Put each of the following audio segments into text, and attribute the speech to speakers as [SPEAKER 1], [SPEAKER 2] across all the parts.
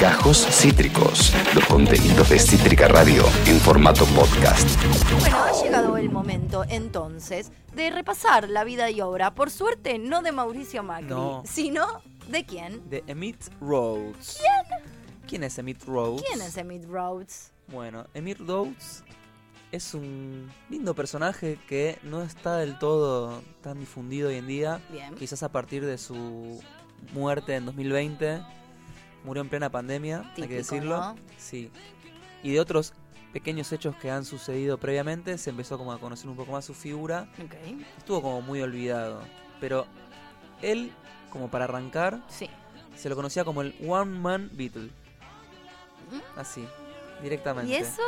[SPEAKER 1] Gajos Cítricos, los contenidos de Cítrica Radio en formato podcast.
[SPEAKER 2] Bueno, ha llegado el momento entonces de repasar la vida y obra, por suerte no de Mauricio Macri,
[SPEAKER 3] No.
[SPEAKER 2] sino de quién.
[SPEAKER 3] de Emmett Rhodes. ¿Quién es Emmett Rhodes?
[SPEAKER 2] ¿Quién es Emmett Rhodes?
[SPEAKER 3] Bueno, Emmett Rhodes es un lindo personaje que no está del todo tan difundido hoy en día.
[SPEAKER 2] Bien.
[SPEAKER 3] Quizás a partir de su muerte en 2020. Murió en plena pandemia, hay
[SPEAKER 2] Típico,
[SPEAKER 3] que decirlo.
[SPEAKER 2] ¿no?
[SPEAKER 3] Sí. Y de otros pequeños hechos que han sucedido previamente, se empezó como a conocer un poco más su figura.
[SPEAKER 2] Ok,
[SPEAKER 3] Estuvo como muy olvidado. Pero él, como para arrancar,
[SPEAKER 2] sí.
[SPEAKER 3] se lo conocía como el One Man Beatle. Así, directamente.
[SPEAKER 2] ¿Mm? ¿Y eso?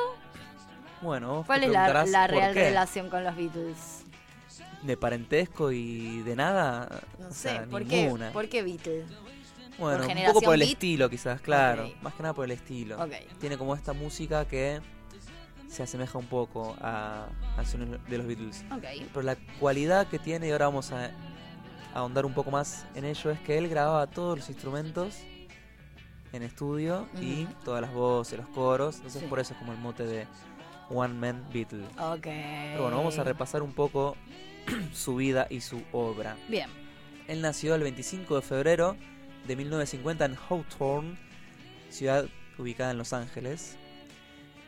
[SPEAKER 3] Bueno, vos
[SPEAKER 2] ¿Cuál
[SPEAKER 3] te
[SPEAKER 2] es la,
[SPEAKER 3] preguntarás
[SPEAKER 2] la
[SPEAKER 3] por
[SPEAKER 2] real
[SPEAKER 3] qué.
[SPEAKER 2] relación con los Beatles?
[SPEAKER 3] ¿De parentesco y de nada?
[SPEAKER 2] No
[SPEAKER 3] O
[SPEAKER 2] sé,
[SPEAKER 3] sea,
[SPEAKER 2] ¿por
[SPEAKER 3] ninguna.
[SPEAKER 2] qué? ¿Por qué Beatles?
[SPEAKER 3] Bueno, un poco
[SPEAKER 2] generación
[SPEAKER 3] por el
[SPEAKER 2] beat?
[SPEAKER 3] estilo quizás, claro.
[SPEAKER 2] Ok.
[SPEAKER 3] Más que nada por el estilo.
[SPEAKER 2] Ok.
[SPEAKER 3] Tiene como esta música que se asemeja un poco a al sonido de los Beatles.
[SPEAKER 2] Ok.
[SPEAKER 3] Pero la cualidad que tiene, y ahora vamos a ahondar un poco más en ello, es que él grababa todos los instrumentos en estudio y
[SPEAKER 2] Ujú.
[SPEAKER 3] todas las voces, los coros. Entonces
[SPEAKER 2] Sí.
[SPEAKER 3] por eso es como el mote de One Man Beatle.
[SPEAKER 2] Ok.
[SPEAKER 3] Pero bueno,
[SPEAKER 2] Eh.
[SPEAKER 3] vamos a repasar un poco su vida y su obra.
[SPEAKER 2] Bien.
[SPEAKER 3] Él nació el 25 de febrero de 1950 en Hawthorne, ciudad ubicada en Los Ángeles,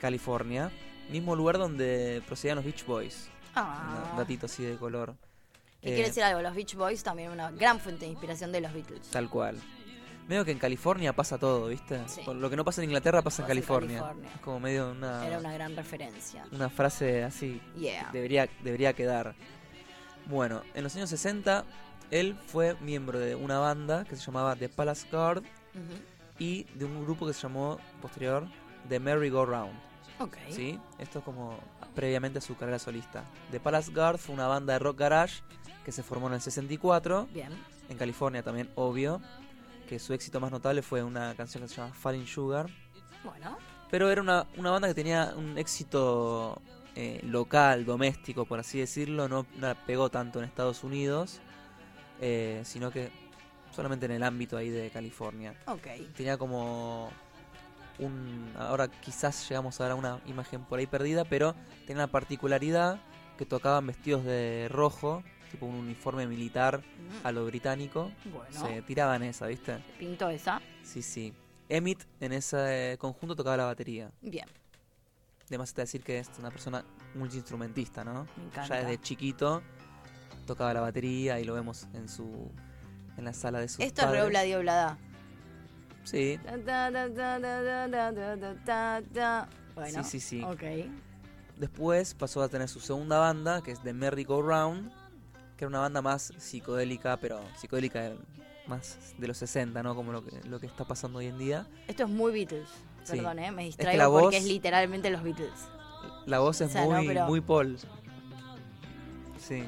[SPEAKER 3] California, mismo lugar donde procedían los Beach Boys.
[SPEAKER 2] Ah.
[SPEAKER 3] Un datito así de color.
[SPEAKER 2] Que
[SPEAKER 3] Eh,
[SPEAKER 2] quiere decir algo, los Beach Boys también una gran fuente de inspiración de los Beatles.
[SPEAKER 3] Tal cual. Medio que en California pasa todo, ¿viste?
[SPEAKER 2] Sí.
[SPEAKER 3] Por Lo que no pasa en Inglaterra pasa,
[SPEAKER 2] Pasa en
[SPEAKER 3] en California.
[SPEAKER 2] California.
[SPEAKER 3] Es como medio una,
[SPEAKER 2] Era
[SPEAKER 3] una...
[SPEAKER 2] una gran referencia.
[SPEAKER 3] frase así.
[SPEAKER 2] Yeah.
[SPEAKER 3] Debería, debería quedar. Bueno, en los años 60 él fue miembro de una banda que se llamaba The Palace Guard
[SPEAKER 2] Ujú.
[SPEAKER 3] y de un grupo que se llamó posterior The Merry Go Round.
[SPEAKER 2] Ok.
[SPEAKER 3] ¿sí? Esto es como previamente a su carrera solista. The Palace Guard fue una banda de rock garage que se formó en el 64,
[SPEAKER 2] Bien.
[SPEAKER 3] en California también, obvio, que su éxito más notable fue una canción que se llama Falling Sugar.
[SPEAKER 2] Bueno.
[SPEAKER 3] Pero era una, una banda que tenía un éxito eh, local, doméstico, por así decirlo. No, no la pegó tanto en Estados Unidos, eh, sino que solamente en el ámbito ahí de California
[SPEAKER 2] Ok.
[SPEAKER 3] tenía como un ahora quizás llegamos a ver una imagen por ahí perdida pero tenía una particularidad que tocaban vestidos de rojo tipo un uniforme militar
[SPEAKER 2] Mm.
[SPEAKER 3] a lo británico
[SPEAKER 2] Bueno.
[SPEAKER 3] se tiraban esa viste
[SPEAKER 2] Pinto esa.
[SPEAKER 3] sí sí Emmett en ese conjunto tocaba la batería
[SPEAKER 2] Bien.
[SPEAKER 3] además está decir que es una persona multiinstrumentista no
[SPEAKER 2] Me encanta.
[SPEAKER 3] ya desde chiquito tocaba la batería y lo vemos en su en la sala de sus
[SPEAKER 2] Esto es
[SPEAKER 3] padres.
[SPEAKER 2] Reobla Dioblada.
[SPEAKER 3] sí
[SPEAKER 2] Bueno.
[SPEAKER 3] sí sí sí
[SPEAKER 2] Ok.
[SPEAKER 3] Después pasó a tener su segunda banda, que es The Merry Go Round, que era una banda más psicodélica, pero psicodélica de- más de los 60, ¿no? Como lo que, lo que está pasando hoy en día.
[SPEAKER 2] Esto es muy Beatles.
[SPEAKER 3] Sí.
[SPEAKER 2] Perdón, ¿eh? Me
[SPEAKER 3] que
[SPEAKER 2] distraigo
[SPEAKER 3] la
[SPEAKER 2] porque
[SPEAKER 3] voz-
[SPEAKER 2] es literalmente los Beatles.
[SPEAKER 3] La voz es
[SPEAKER 2] O sea, no,
[SPEAKER 3] muy,
[SPEAKER 2] pero-
[SPEAKER 3] muy Paul. Sí.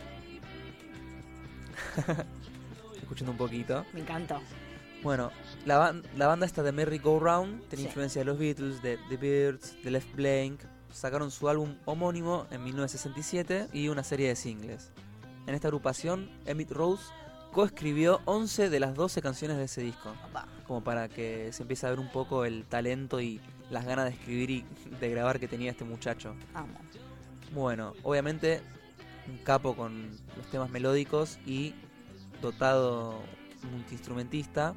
[SPEAKER 3] Escuchando un poquito.
[SPEAKER 2] Me encantó.
[SPEAKER 3] Bueno, la, ban- la banda esta de Merry Go Round tenía
[SPEAKER 2] Sí.
[SPEAKER 3] influencia de los Beatles, de The Birds, de Left Blank. Sacaron su álbum homónimo en 1967 y una serie de singles. En esta agrupación, Emmett Rose coescribió 11 de las 12 canciones de ese disco,
[SPEAKER 2] Papá.
[SPEAKER 3] como para que se empiece a ver un poco el talento y las ganas de escribir y de grabar que tenía este muchacho.
[SPEAKER 2] Amo.
[SPEAKER 3] Bueno, obviamente un capo con los temas melódicos y dotado multiinstrumentista.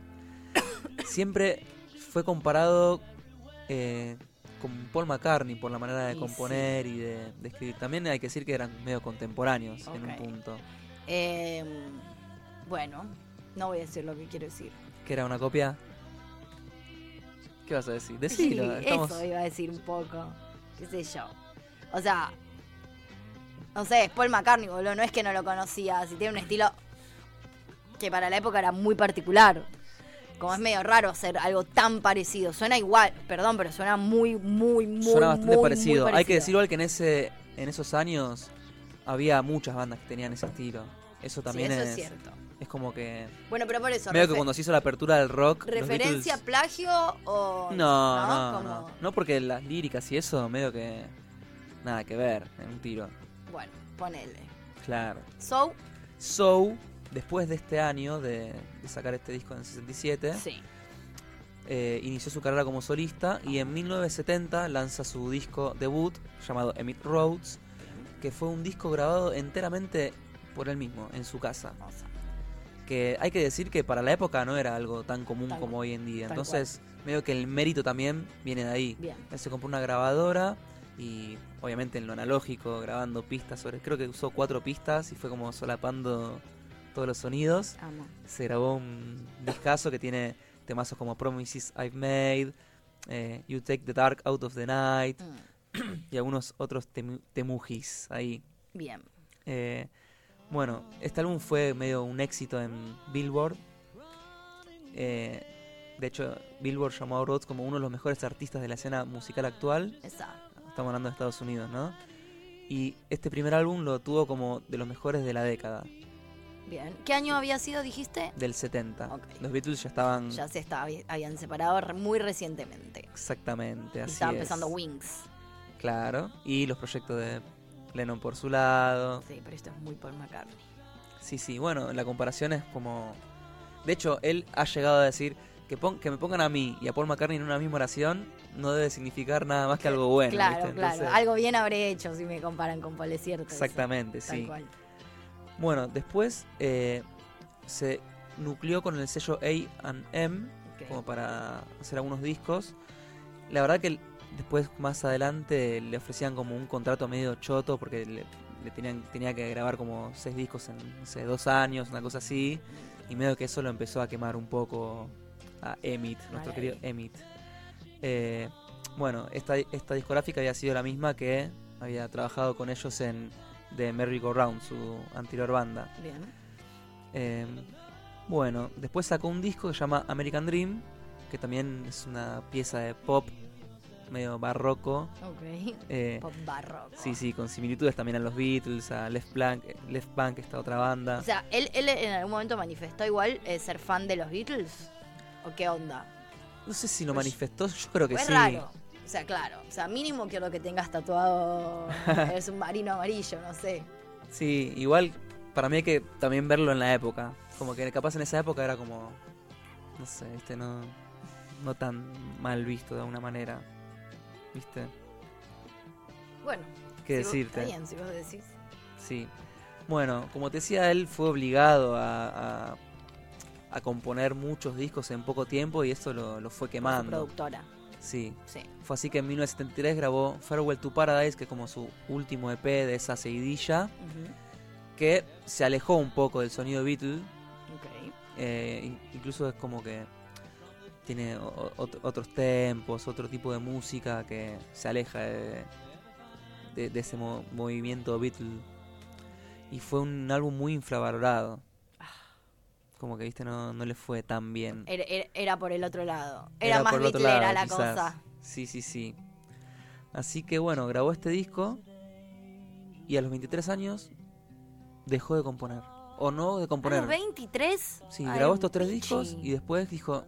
[SPEAKER 3] Siempre fue comparado eh, con Paul McCartney por la manera de
[SPEAKER 2] Y
[SPEAKER 3] componer y de, de escribir. También hay que decir que eran medio contemporáneos en un
[SPEAKER 2] Ok.
[SPEAKER 3] punto.
[SPEAKER 2] Eh, bueno. No voy a decir lo que quiero decir.
[SPEAKER 3] Que era una copia. ¿Qué vas a decir? Decilo,
[SPEAKER 2] Sí,
[SPEAKER 3] estamos-
[SPEAKER 2] Eso iba a decir un poco. ¿Qué sé yo? O sea. No sé, es Paul McCartney, boludo. No es que no lo conocía. Si tiene un estilo que para la época era muy particular. Como es medio raro hacer algo tan parecido. Suena igual, perdón, pero suena muy, muy, muy.
[SPEAKER 3] Suena bastante
[SPEAKER 2] muy, muy
[SPEAKER 3] parecido. Hay que decir igual que en ese en esos años había muchas bandas que tenían ese estilo. Eso
[SPEAKER 2] Sí,
[SPEAKER 3] también
[SPEAKER 2] eso
[SPEAKER 3] es,
[SPEAKER 2] es cierto.
[SPEAKER 3] es como que
[SPEAKER 2] Bueno, pero por eso.
[SPEAKER 3] medio que
[SPEAKER 2] refe-
[SPEAKER 3] cuando se hizo la apertura del rock los
[SPEAKER 2] ¿Referencia,
[SPEAKER 3] Beatles-
[SPEAKER 2] plagio o.?
[SPEAKER 3] no
[SPEAKER 2] ¿no?
[SPEAKER 3] no,
[SPEAKER 2] Como-
[SPEAKER 3] no no porque las líricas y eso medio que nada que ver en un tiro
[SPEAKER 2] Bueno, ponele.
[SPEAKER 3] claro
[SPEAKER 2] So,
[SPEAKER 3] so después de este año de, de sacar este disco en el 67
[SPEAKER 2] sí.
[SPEAKER 3] eh, inició su carrera como solista y en 1970 lanza su disco debut llamado Emmett Rhodes, que fue un disco grabado enteramente por él mismo, en su casa.
[SPEAKER 2] hermosa.
[SPEAKER 3] Que hay que decir que para la época no era algo tan común
[SPEAKER 2] Tal
[SPEAKER 3] como
[SPEAKER 2] cual,
[SPEAKER 3] hoy en día.
[SPEAKER 2] tal
[SPEAKER 3] Entonces, medio que el mérito también viene de ahí.
[SPEAKER 2] Bien.
[SPEAKER 3] Él se compró una grabadora y obviamente en lo analógico, grabando pistas sobre... Creo que usó cuatro pistas y fue como solapando todos los sonidos.
[SPEAKER 2] Amo.
[SPEAKER 3] Se grabó un discazo que tiene temazos como Promises I've Made, eh, You Take the Dark Out of the Night
[SPEAKER 2] Mm,
[SPEAKER 3] y algunos otros temu- temujis ahí.
[SPEAKER 2] Bien.
[SPEAKER 3] Eh, bueno, este álbum fue medio un éxito en Billboard. Eh, de hecho, Billboard llamó a Rhodes como uno de los mejores artistas de la escena musical actual.
[SPEAKER 2] Esa.
[SPEAKER 3] Estamos hablando de Estados Unidos, ¿no? Y este primer álbum lo tuvo como de los mejores de la década,
[SPEAKER 2] Bien. ¿Qué año había sido, dijiste?
[SPEAKER 3] del 70.
[SPEAKER 2] Ok.
[SPEAKER 3] Los Beatles ya estaban...
[SPEAKER 2] Ya se estaba, habían separado re- muy recientemente.
[SPEAKER 3] Exactamente,
[SPEAKER 2] Y
[SPEAKER 3] así
[SPEAKER 2] estaba
[SPEAKER 3] es.
[SPEAKER 2] empezando Wings.
[SPEAKER 3] Claro. Y los proyectos de Lennon por su lado.
[SPEAKER 2] Sí, pero esto es muy Paul McCartney.
[SPEAKER 3] Sí, sí, bueno, la comparación es como... De hecho, él ha llegado a decir que, pon- que me pongan a mí y a Paul McCartney en una misma oración no debe significar nada más que algo bueno.
[SPEAKER 2] claro,
[SPEAKER 3] ¿viste?
[SPEAKER 2] claro.
[SPEAKER 3] Entonces-
[SPEAKER 2] Algo bien habré hecho si me comparan con Paul, es cierto. eso.
[SPEAKER 3] Exactamente,
[SPEAKER 2] Tal
[SPEAKER 3] sí.
[SPEAKER 2] cual.
[SPEAKER 3] Bueno, después eh, se nucleó con el sello A&M
[SPEAKER 2] Ok.
[SPEAKER 3] como para hacer algunos discos. La verdad que l- después, más adelante, le ofrecían como un contrato medio choto porque le, le tenían, tenía que grabar como seis discos en, no sé, dos años, una cosa así. Y medio que eso lo empezó a quemar un poco a Emmett, nuestro
[SPEAKER 2] Mal
[SPEAKER 3] querido
[SPEAKER 2] ahí.
[SPEAKER 3] Emmett. Eh, bueno, esta, esta discográfica había sido la misma que había trabajado con ellos en The Merry Go Round, su anterior banda.
[SPEAKER 2] Bien.
[SPEAKER 3] Eh, bueno, después sacó un disco que se llama American Dream, que también es una pieza de pop medio barroco.
[SPEAKER 2] Ok.
[SPEAKER 3] eh,
[SPEAKER 2] Pop barroco.
[SPEAKER 3] sí, sí, con similitudes también a los Beatles, a Left Bank, Left Bank esta otra banda.
[SPEAKER 2] O sea, ¿él, él en algún momento manifestó igual eh, ser fan de los Beatles. ¿O qué onda?
[SPEAKER 3] No sé si lo
[SPEAKER 2] pues-
[SPEAKER 3] manifestó, yo creo que
[SPEAKER 2] es
[SPEAKER 3] sí.
[SPEAKER 2] raro. O sea, claro. O sea, mínimo quiero que tengas tatuado el submarino amarillo, no sé.
[SPEAKER 3] Sí, igual para mí hay que también verlo en la época. Como que capaz en esa época era como, no sé, este no, no tan mal visto de alguna manera. ¿Viste?
[SPEAKER 2] Bueno.
[SPEAKER 3] ¿Qué
[SPEAKER 2] si vos-
[SPEAKER 3] decirte?
[SPEAKER 2] Está bien, si vos decís.
[SPEAKER 3] Sí. Bueno, como te decía, él fue obligado a, a- a componer muchos discos en poco tiempo y eso lo, lo
[SPEAKER 2] Por
[SPEAKER 3] fue
[SPEAKER 2] su
[SPEAKER 3] quemando.
[SPEAKER 2] productora.
[SPEAKER 3] Sí.
[SPEAKER 2] Sí.
[SPEAKER 3] Fue así que en 1973 grabó Farewell to Paradise, que es como su último EP de esa seguidilla,
[SPEAKER 2] Ujú.
[SPEAKER 3] que se alejó un poco del sonido Beatle.
[SPEAKER 2] Ok.
[SPEAKER 3] eh, in- incluso es como que tiene o- o- ot- otros tempos, otro tipo de música que se aleja de, de- de ese mo- movimiento Beatle. Y fue un álbum muy infravalorado. Como que, viste, no, no le fue tan bien.
[SPEAKER 2] Era, era- era por el otro lado. E-, Era, más
[SPEAKER 3] por el otro
[SPEAKER 2] Beatlera
[SPEAKER 3] lado,
[SPEAKER 2] la
[SPEAKER 3] quizás.
[SPEAKER 2] cosa.
[SPEAKER 3] Sí, sí, sí. Así que bueno, grabó este disco y a los 23 años dejó de componer. O no de
[SPEAKER 2] ¿A
[SPEAKER 3] componer.
[SPEAKER 2] los 23?
[SPEAKER 3] Sí,
[SPEAKER 2] Ay,
[SPEAKER 3] grabó
[SPEAKER 2] un
[SPEAKER 3] estos tres discos
[SPEAKER 2] pichi.
[SPEAKER 3] y después dijo,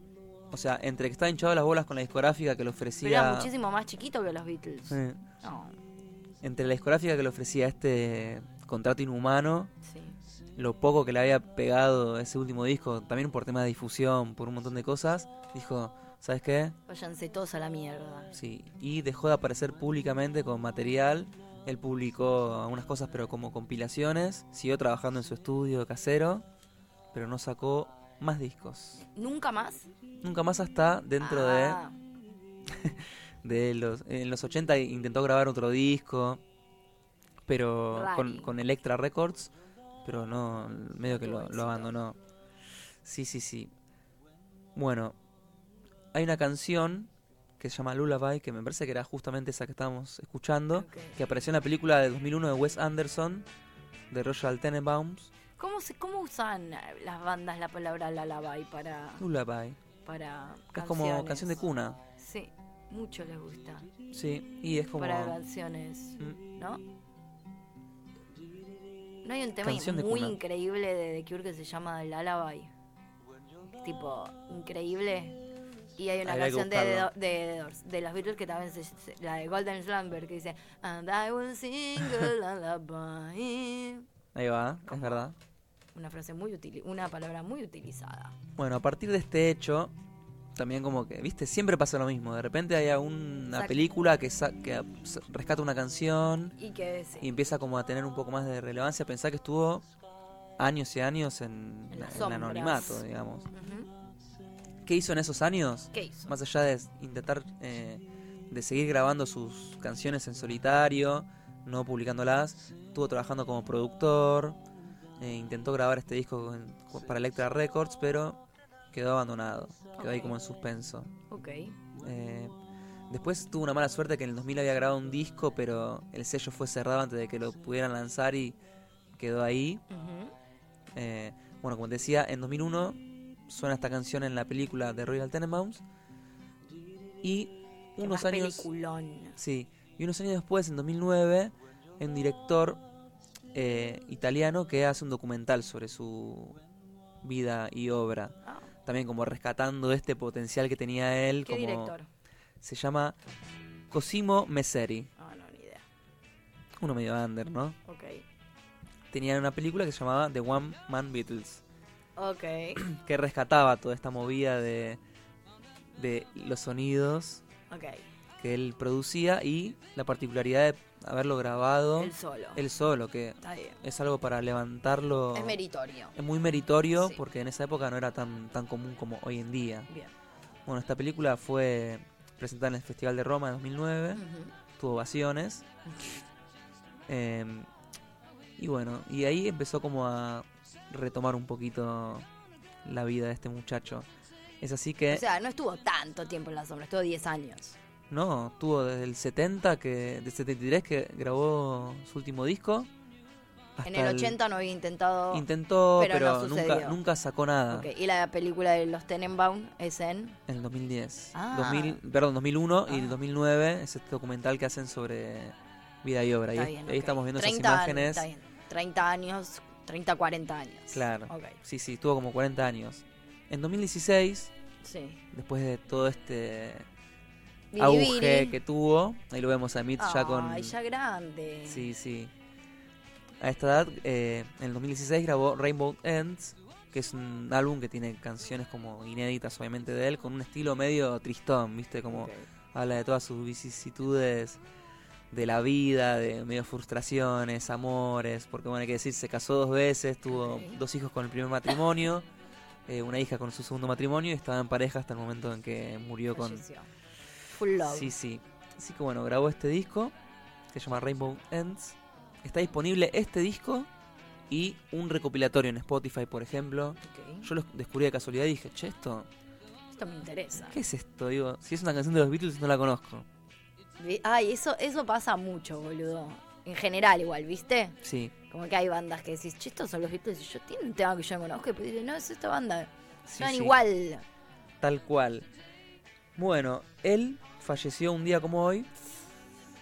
[SPEAKER 3] o sea, entre que estaba hinchado las bolas con la discográfica que le
[SPEAKER 2] Pero era
[SPEAKER 3] ofrecía,
[SPEAKER 2] muchísimo más chiquito que los Beatles.
[SPEAKER 3] eh,
[SPEAKER 2] No,
[SPEAKER 3] entre la discográfica que le ofrecía este contrato inhumano,
[SPEAKER 2] sí.
[SPEAKER 3] lo poco que le había pegado ese último disco, también por tema de difusión, por un montón de cosas, dijo, ¿sabes qué?
[SPEAKER 2] Váyanse todos a la mierda.
[SPEAKER 3] Sí, y dejó de aparecer públicamente con material. Él publicó algunas cosas, pero como compilaciones. Siguió trabajando en su estudio casero, pero no sacó más discos.
[SPEAKER 2] ¿Nunca más?
[SPEAKER 3] Nunca más hasta dentro de
[SPEAKER 2] Ah,
[SPEAKER 3] de los en los 80 intentó grabar otro disco pero
[SPEAKER 2] Rari.
[SPEAKER 3] con, con Electra Records pero no medio que
[SPEAKER 2] Tuvo
[SPEAKER 3] lo,
[SPEAKER 2] éxito.
[SPEAKER 3] lo abandonó sí sí sí bueno hay una canción que se llama Lullaby que me parece que era justamente esa que estábamos escuchando
[SPEAKER 2] ok.
[SPEAKER 3] que apareció en la película de 2001 de Wes Anderson de Royal Tenenbaums
[SPEAKER 2] ¿Cómo, se, ¿Cómo usan eh, las bandas la palabra lullaby para,
[SPEAKER 3] Lullaby
[SPEAKER 2] para
[SPEAKER 3] que es como
[SPEAKER 2] canciones?
[SPEAKER 3] canción de cuna
[SPEAKER 2] Sí, mucho les gusta.
[SPEAKER 3] sí y es como
[SPEAKER 2] Para canciones,
[SPEAKER 3] Mm.
[SPEAKER 2] ¿no? No hay un tema
[SPEAKER 3] Canción de
[SPEAKER 2] muy
[SPEAKER 3] cuna.
[SPEAKER 2] increíble de The Cure que se llama Lullaby. Tipo, increíble. Y hay una
[SPEAKER 3] Habría que
[SPEAKER 2] canción de, The Do-
[SPEAKER 3] buscarlo.
[SPEAKER 2] de, The Doors, de los Beatles que también se, se- la de Golden Slumber que dice And I will sing a lullaby.
[SPEAKER 3] ahí va es verdad
[SPEAKER 2] Una frase muy útil, una palabra muy utilizada.
[SPEAKER 3] Bueno, a partir de este hecho, también como que, viste, siempre pasa lo mismo. De repente hay una
[SPEAKER 2] Exacto.
[SPEAKER 3] película que, sa- que a- s- rescata una canción
[SPEAKER 2] Y que sí,
[SPEAKER 3] y empieza como a tener un poco más de relevancia. Pensá que estuvo años y años en,
[SPEAKER 2] En las
[SPEAKER 3] en
[SPEAKER 2] sombras.
[SPEAKER 3] anonimato, digamos.
[SPEAKER 2] Ujú.
[SPEAKER 3] ¿Qué hizo en esos años?
[SPEAKER 2] ¿Qué hizo?
[SPEAKER 3] Más allá de intentar eh, de seguir grabando sus canciones en solitario, no publicándolas, estuvo trabajando como productor, eh, intentó grabar este disco con- con- para Electra Records, pero quedó abandonado, quedó ahí
[SPEAKER 2] Ok.
[SPEAKER 3] como en suspenso.
[SPEAKER 2] Ok.
[SPEAKER 3] Eh, después tuvo una mala suerte que en el 2000 había grabado un disco, pero el sello fue cerrado antes de que lo pudieran lanzar y quedó ahí.
[SPEAKER 2] Ujú.
[SPEAKER 3] Eh, bueno, como te decía, en 2001 suena esta canción en la película de Royal Tenenbaums. Y
[SPEAKER 2] Qué
[SPEAKER 3] unos
[SPEAKER 2] más
[SPEAKER 3] años.
[SPEAKER 2] Peliculón.
[SPEAKER 3] Sí, y unos años después, en 2009, hay un director eh, italiano que hace un documental sobre su vida y obra.
[SPEAKER 2] Ah,
[SPEAKER 3] También como rescatando este potencial que tenía él.
[SPEAKER 2] ¿Qué
[SPEAKER 3] como
[SPEAKER 2] director?
[SPEAKER 3] Se llama Cosimo Messeri.
[SPEAKER 2] Ah, no, ni idea.
[SPEAKER 3] Uno medio under, ¿no?
[SPEAKER 2] Ok.
[SPEAKER 3] Tenía una película que se llamaba The One Man Beatles.
[SPEAKER 2] Ok.
[SPEAKER 3] que rescataba toda esta movida de, de los sonidos
[SPEAKER 2] Ok.
[SPEAKER 3] que él producía y la particularidad de haberlo grabado
[SPEAKER 2] El solo.
[SPEAKER 3] él solo, que
[SPEAKER 2] Está bien.
[SPEAKER 3] es algo para levantarlo.
[SPEAKER 2] Es meritorio.
[SPEAKER 3] es muy meritorio
[SPEAKER 2] Sí.
[SPEAKER 3] porque en esa época no era tan, tan común como hoy en día.
[SPEAKER 2] Bien.
[SPEAKER 3] Bueno, esta película fue presentada en el Festival de Roma en 2009,
[SPEAKER 2] Ujú.
[SPEAKER 3] tuvo ovaciones. eh, y bueno, y ahí empezó como a retomar un poquito la vida de este muchacho. Es así que
[SPEAKER 2] O sea, no estuvo tanto tiempo en la sombra, estuvo 10 años.
[SPEAKER 3] No, tuvo desde el 70, que, del 73 que grabó su último disco. hasta
[SPEAKER 2] En el 80 no había intentado.
[SPEAKER 3] Intentó,
[SPEAKER 2] pero
[SPEAKER 3] pero,
[SPEAKER 2] no
[SPEAKER 3] nunca,
[SPEAKER 2] sucedió.
[SPEAKER 3] nunca sacó nada.
[SPEAKER 2] Ok, Y la película de los Tenenbaum es en.
[SPEAKER 3] En el 2010.
[SPEAKER 2] Ah.
[SPEAKER 3] 2000, perdón, 2001 y
[SPEAKER 2] Ah.
[SPEAKER 3] el 2009 es este documental que hacen sobre vida y obra.
[SPEAKER 2] Está
[SPEAKER 3] y
[SPEAKER 2] bien,
[SPEAKER 3] ahí
[SPEAKER 2] ok.
[SPEAKER 3] estamos viendo esas
[SPEAKER 2] 30 años,
[SPEAKER 3] imágenes.
[SPEAKER 2] está bien. 30 años, 30, 40 años.
[SPEAKER 3] Claro.
[SPEAKER 2] Ok,
[SPEAKER 3] Sí, sí, tuvo como 40 años. En 2016,
[SPEAKER 2] sí.
[SPEAKER 3] después de todo este
[SPEAKER 2] Biri
[SPEAKER 3] auge
[SPEAKER 2] Biri.
[SPEAKER 3] que tuvo, ahí lo vemos a Mitch ya con...
[SPEAKER 2] Ay, ya grande.
[SPEAKER 3] Sí, sí. A esta edad, eh, en el 2016 grabó Rainbow Ends, que es un álbum que tiene canciones como inéditas, obviamente, de él, con un estilo medio tristón, ¿viste? Como
[SPEAKER 2] Ok.
[SPEAKER 3] habla de todas sus vicisitudes de la vida, de medio frustraciones, amores, porque bueno, hay que decir, se casó dos veces, tuvo
[SPEAKER 2] Ok.
[SPEAKER 3] dos hijos con el primer matrimonio, eh, una hija con su segundo matrimonio y estaba en pareja hasta el momento en que murió con,
[SPEAKER 2] Falleció. Full love.
[SPEAKER 3] Sí, sí. Así que bueno, grabó este disco que se llama Rainbow Ends. Está disponible este disco y un recopilatorio en Spotify, por ejemplo.
[SPEAKER 2] Ok.
[SPEAKER 3] Yo lo descubrí de casualidad y dije, che, esto,
[SPEAKER 2] Esto me interesa.
[SPEAKER 3] ¿qué es esto? Digo, si es una canción de los Beatles no la conozco.
[SPEAKER 2] Vi- Ay, eso, eso pasa mucho, boludo. En general, igual, ¿viste?
[SPEAKER 3] Sí,
[SPEAKER 2] Como que hay bandas que decís, che, estos son los Beatles. Y yo tienen un tema que yo no conozco. Y pues dicen, no, es esta banda.
[SPEAKER 3] sí,
[SPEAKER 2] Son
[SPEAKER 3] sí,
[SPEAKER 2] igual.
[SPEAKER 3] Tal cual. Bueno, él falleció un día como hoy,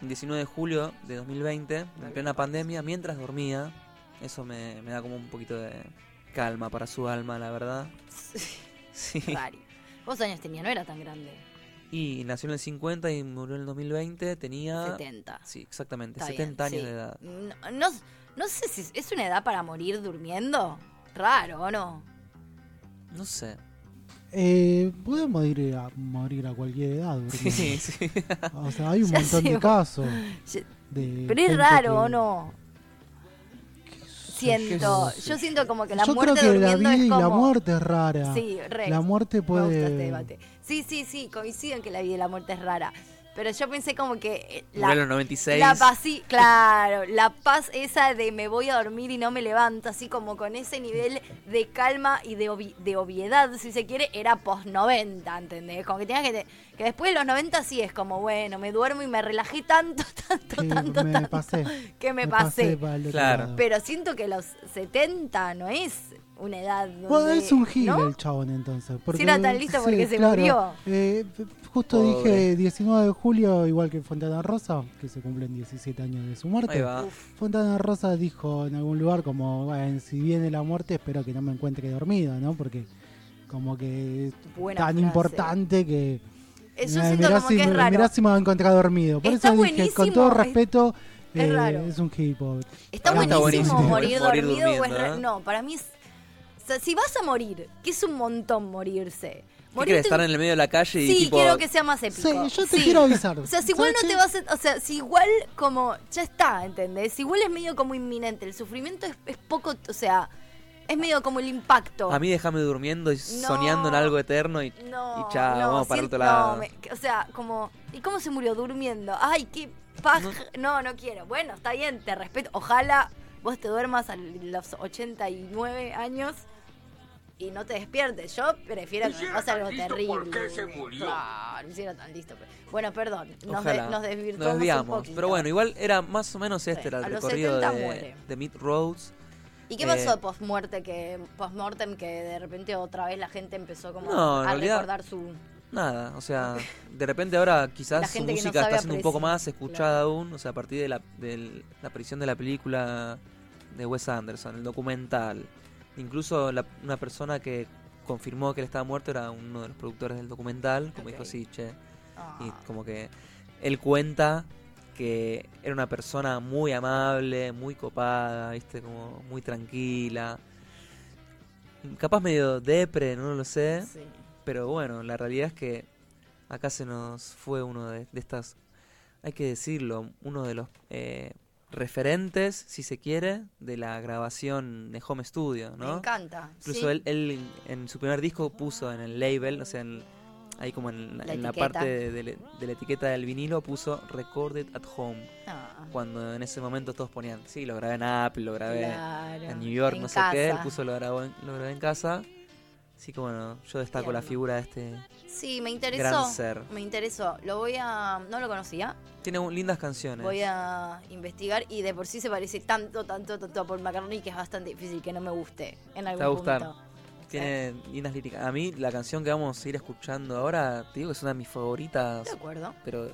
[SPEAKER 3] el 19 de julio de 2020, en plena pandemia, mientras dormía. Eso me, me da como un poquito de calma para su alma, la verdad. Sí.
[SPEAKER 2] Rari. ¿Vos años tenía? No era tan grande.
[SPEAKER 3] Y nació en el 50 y murió en el 2020, tenía...
[SPEAKER 2] 70.
[SPEAKER 3] Sí, exactamente,
[SPEAKER 2] Está
[SPEAKER 3] 70
[SPEAKER 2] bien,
[SPEAKER 3] Ah, años
[SPEAKER 2] sí.
[SPEAKER 3] de edad.
[SPEAKER 2] No, no- no sé si es- es una edad para morir durmiendo. Raro, ¿o no?
[SPEAKER 3] No sé.
[SPEAKER 4] Eh, podemos ir a morir a cualquier edad. porque-
[SPEAKER 3] Sí, sí.
[SPEAKER 4] O sea, hay un
[SPEAKER 2] Ya
[SPEAKER 4] montón
[SPEAKER 2] sé,
[SPEAKER 4] de casos.
[SPEAKER 2] Ya-
[SPEAKER 4] de
[SPEAKER 2] Pero es
[SPEAKER 4] gente
[SPEAKER 2] raro,
[SPEAKER 4] que-
[SPEAKER 2] ¿o no? Siento. Yo siento como que la
[SPEAKER 4] Yo creo
[SPEAKER 2] muerte
[SPEAKER 4] que la
[SPEAKER 2] durmiendo
[SPEAKER 4] vida
[SPEAKER 2] es
[SPEAKER 4] y
[SPEAKER 2] como.
[SPEAKER 4] la muerte es rara.
[SPEAKER 2] Sí, re.
[SPEAKER 4] la muerte puede.
[SPEAKER 2] Me gusta este debate. Sí, sí, sí, coincido en que la vida y la muerte es rara. Pero yo pensé como que eh,
[SPEAKER 3] Murió en
[SPEAKER 2] la,
[SPEAKER 3] los 96.
[SPEAKER 2] la paz, sí, claro, la paz esa de me voy a dormir y no me levanto, así como con ese nivel de calma y de, obvi- de obviedad, si se quiere, era post 90, ¿entendés? Como que tenías que, te- que después de los 90 sí es como, bueno, me duermo y me relajé tanto, tanto,
[SPEAKER 4] Sí,
[SPEAKER 2] tanto,
[SPEAKER 4] me
[SPEAKER 2] tanto,
[SPEAKER 4] pasé.
[SPEAKER 2] que me, pasé.
[SPEAKER 4] para el otro
[SPEAKER 3] Claro.
[SPEAKER 4] lado.
[SPEAKER 2] Pero siento que los 70 no es una edad donde,
[SPEAKER 4] Bueno, es un gil
[SPEAKER 2] ¿no?
[SPEAKER 4] el chabón entonces.
[SPEAKER 2] era tan listo porque se murió.
[SPEAKER 4] Eh, justo
[SPEAKER 3] Pobre.
[SPEAKER 4] dije 19 de julio, igual que Fontana Rosa, que se cumplen 17 años de su
[SPEAKER 3] Ahí
[SPEAKER 4] muerte.
[SPEAKER 3] va.
[SPEAKER 4] Fontana Rosa dijo en algún lugar como, "Bueno, si viene la muerte espero que no me encuentre dormida, ¿no? Porque como que es
[SPEAKER 2] Buena
[SPEAKER 4] tan
[SPEAKER 2] frase.
[SPEAKER 4] importante que...
[SPEAKER 2] Eh, Yo
[SPEAKER 4] Mirá,
[SPEAKER 2] siento
[SPEAKER 4] mirá
[SPEAKER 2] como
[SPEAKER 4] si,
[SPEAKER 2] que es
[SPEAKER 4] mirá
[SPEAKER 2] raro.
[SPEAKER 4] si me va a encontrar dormido. Por
[SPEAKER 2] Está
[SPEAKER 4] eso dije, con
[SPEAKER 2] buenísimo,
[SPEAKER 4] todo
[SPEAKER 2] es-
[SPEAKER 4] respeto,
[SPEAKER 2] es
[SPEAKER 4] eh,
[SPEAKER 2] raro.
[SPEAKER 4] es un hip hop.
[SPEAKER 2] Está
[SPEAKER 3] Está
[SPEAKER 2] buenísimo,
[SPEAKER 3] buenísimo
[SPEAKER 2] morir,
[SPEAKER 3] morir
[SPEAKER 2] dormido. o es
[SPEAKER 3] durmiendo,
[SPEAKER 2] ra-
[SPEAKER 3] ¿eh?
[SPEAKER 2] No, para mí es. o sea, si vas a morir, que es un montón morirse.
[SPEAKER 3] ¿Qué querés,
[SPEAKER 2] Moriste-
[SPEAKER 3] estar en el medio de la calle y
[SPEAKER 2] Sí,
[SPEAKER 3] tipo...
[SPEAKER 2] quiero que sea más épico.
[SPEAKER 4] Sí, yo te
[SPEAKER 2] Sí.
[SPEAKER 4] quiero avisar.
[SPEAKER 2] O sea, si igual
[SPEAKER 4] ¿Sabes
[SPEAKER 2] no
[SPEAKER 4] qué?
[SPEAKER 2] te vas a... O sea, si igual como... Ya está, ¿entendés? Igual es medio como inminente. El sufrimiento es, es poco... O sea, es medio como el impacto.
[SPEAKER 3] A mí déjame durmiendo y soñando en algo eterno y,
[SPEAKER 2] No,
[SPEAKER 3] y chao,
[SPEAKER 2] no,
[SPEAKER 3] vamos para
[SPEAKER 2] sí,
[SPEAKER 3] otro lado.
[SPEAKER 2] no, me- o sea, como... ¿Y cómo se murió? Durmiendo. Ay, qué paja. No, no quiero. Bueno, está bien, te respeto. Ojalá vos te duermas a los 89 años y no te despiertes. Yo prefiero que me pase algo terrible. Claro, no era tan listo. pero- Bueno, perdón. Nos, de,
[SPEAKER 3] Ojalá.
[SPEAKER 2] nos desvirtuamos un
[SPEAKER 3] desviamos.
[SPEAKER 2] poquito.
[SPEAKER 3] Pero bueno, igual era más o menos este
[SPEAKER 2] Sí,
[SPEAKER 3] era
[SPEAKER 2] a
[SPEAKER 3] el
[SPEAKER 2] los
[SPEAKER 3] recorrido
[SPEAKER 2] 70
[SPEAKER 3] de,
[SPEAKER 2] muere.
[SPEAKER 3] de Meat Roads.
[SPEAKER 2] ¿Y qué
[SPEAKER 3] eh,
[SPEAKER 2] pasó post-muerte que, post-mortem que de repente otra vez la gente empezó como
[SPEAKER 3] No, en
[SPEAKER 2] a
[SPEAKER 3] realidad,
[SPEAKER 2] recordar su...
[SPEAKER 3] Nada, o sea, de repente ahora
[SPEAKER 2] La
[SPEAKER 3] quizás su
[SPEAKER 2] gente que no
[SPEAKER 3] música
[SPEAKER 2] sabe
[SPEAKER 3] está siendo un poco
[SPEAKER 2] apreciar,
[SPEAKER 3] más escuchada aún, o sea, a partir de la, de la aparición de la película de Wes Anderson, el documental. Incluso la- una persona que confirmó que él estaba muerto era uno de los productores del documental, como dijo,
[SPEAKER 2] Ok.
[SPEAKER 3] sí, che,
[SPEAKER 2] Ah,
[SPEAKER 3] Y como que él cuenta que era una persona muy amable, muy copada, viste, como muy tranquila. Capaz medio depre, no lo sé.
[SPEAKER 2] sí.
[SPEAKER 3] Pero bueno, la realidad es que acá se nos fue uno de, de estas, hay que decirlo, uno de los eh, referentes, si se quiere, de la grabación de Home Studio,
[SPEAKER 2] Me
[SPEAKER 3] ¿no?
[SPEAKER 2] encanta.
[SPEAKER 3] Incluso
[SPEAKER 2] sí.
[SPEAKER 3] él, él en su primer disco puso en el label, o sea, en- ahí como en la,
[SPEAKER 2] La
[SPEAKER 3] en la
[SPEAKER 2] etiqueta.
[SPEAKER 3] parte de, de la- de la etiqueta del vinilo puso Recorded at Home,
[SPEAKER 2] Ah,
[SPEAKER 3] cuando en ese momento todos ponían, sí, lo grabé en Apple, lo grabé
[SPEAKER 2] claro.
[SPEAKER 3] en New York,
[SPEAKER 2] En
[SPEAKER 3] no sé qué, él
[SPEAKER 2] casa.
[SPEAKER 3] puso lo, grabó en, lo grabé en casa. Así que bueno, yo destaco la
[SPEAKER 2] Tierno.
[SPEAKER 3] figura de este
[SPEAKER 2] Sí, me interesó.
[SPEAKER 3] gran ser.
[SPEAKER 2] Me interesó. Lo voy a... No lo conocía.
[SPEAKER 3] Tiene un- lindas canciones.
[SPEAKER 2] Voy a investigar y de por sí se parece tanto, tanto, tanto a Paul McCartney que es bastante difícil que no me guste en algún
[SPEAKER 3] va a gustar.
[SPEAKER 2] punto.
[SPEAKER 3] Tiene lindas líricas. A mí la canción que vamos a ir escuchando ahora, te digo que es una de mis favoritas,
[SPEAKER 2] De acuerdo.
[SPEAKER 3] pero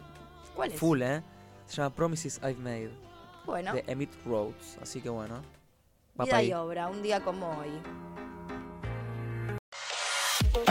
[SPEAKER 2] ¿Cuál es?
[SPEAKER 3] full, ¿eh? Se llama Promises I've Made.
[SPEAKER 2] Bueno,
[SPEAKER 3] de Emmett Rhodes. Así que bueno, va
[SPEAKER 2] vida
[SPEAKER 3] para ahí.
[SPEAKER 2] y obra, un día como hoy.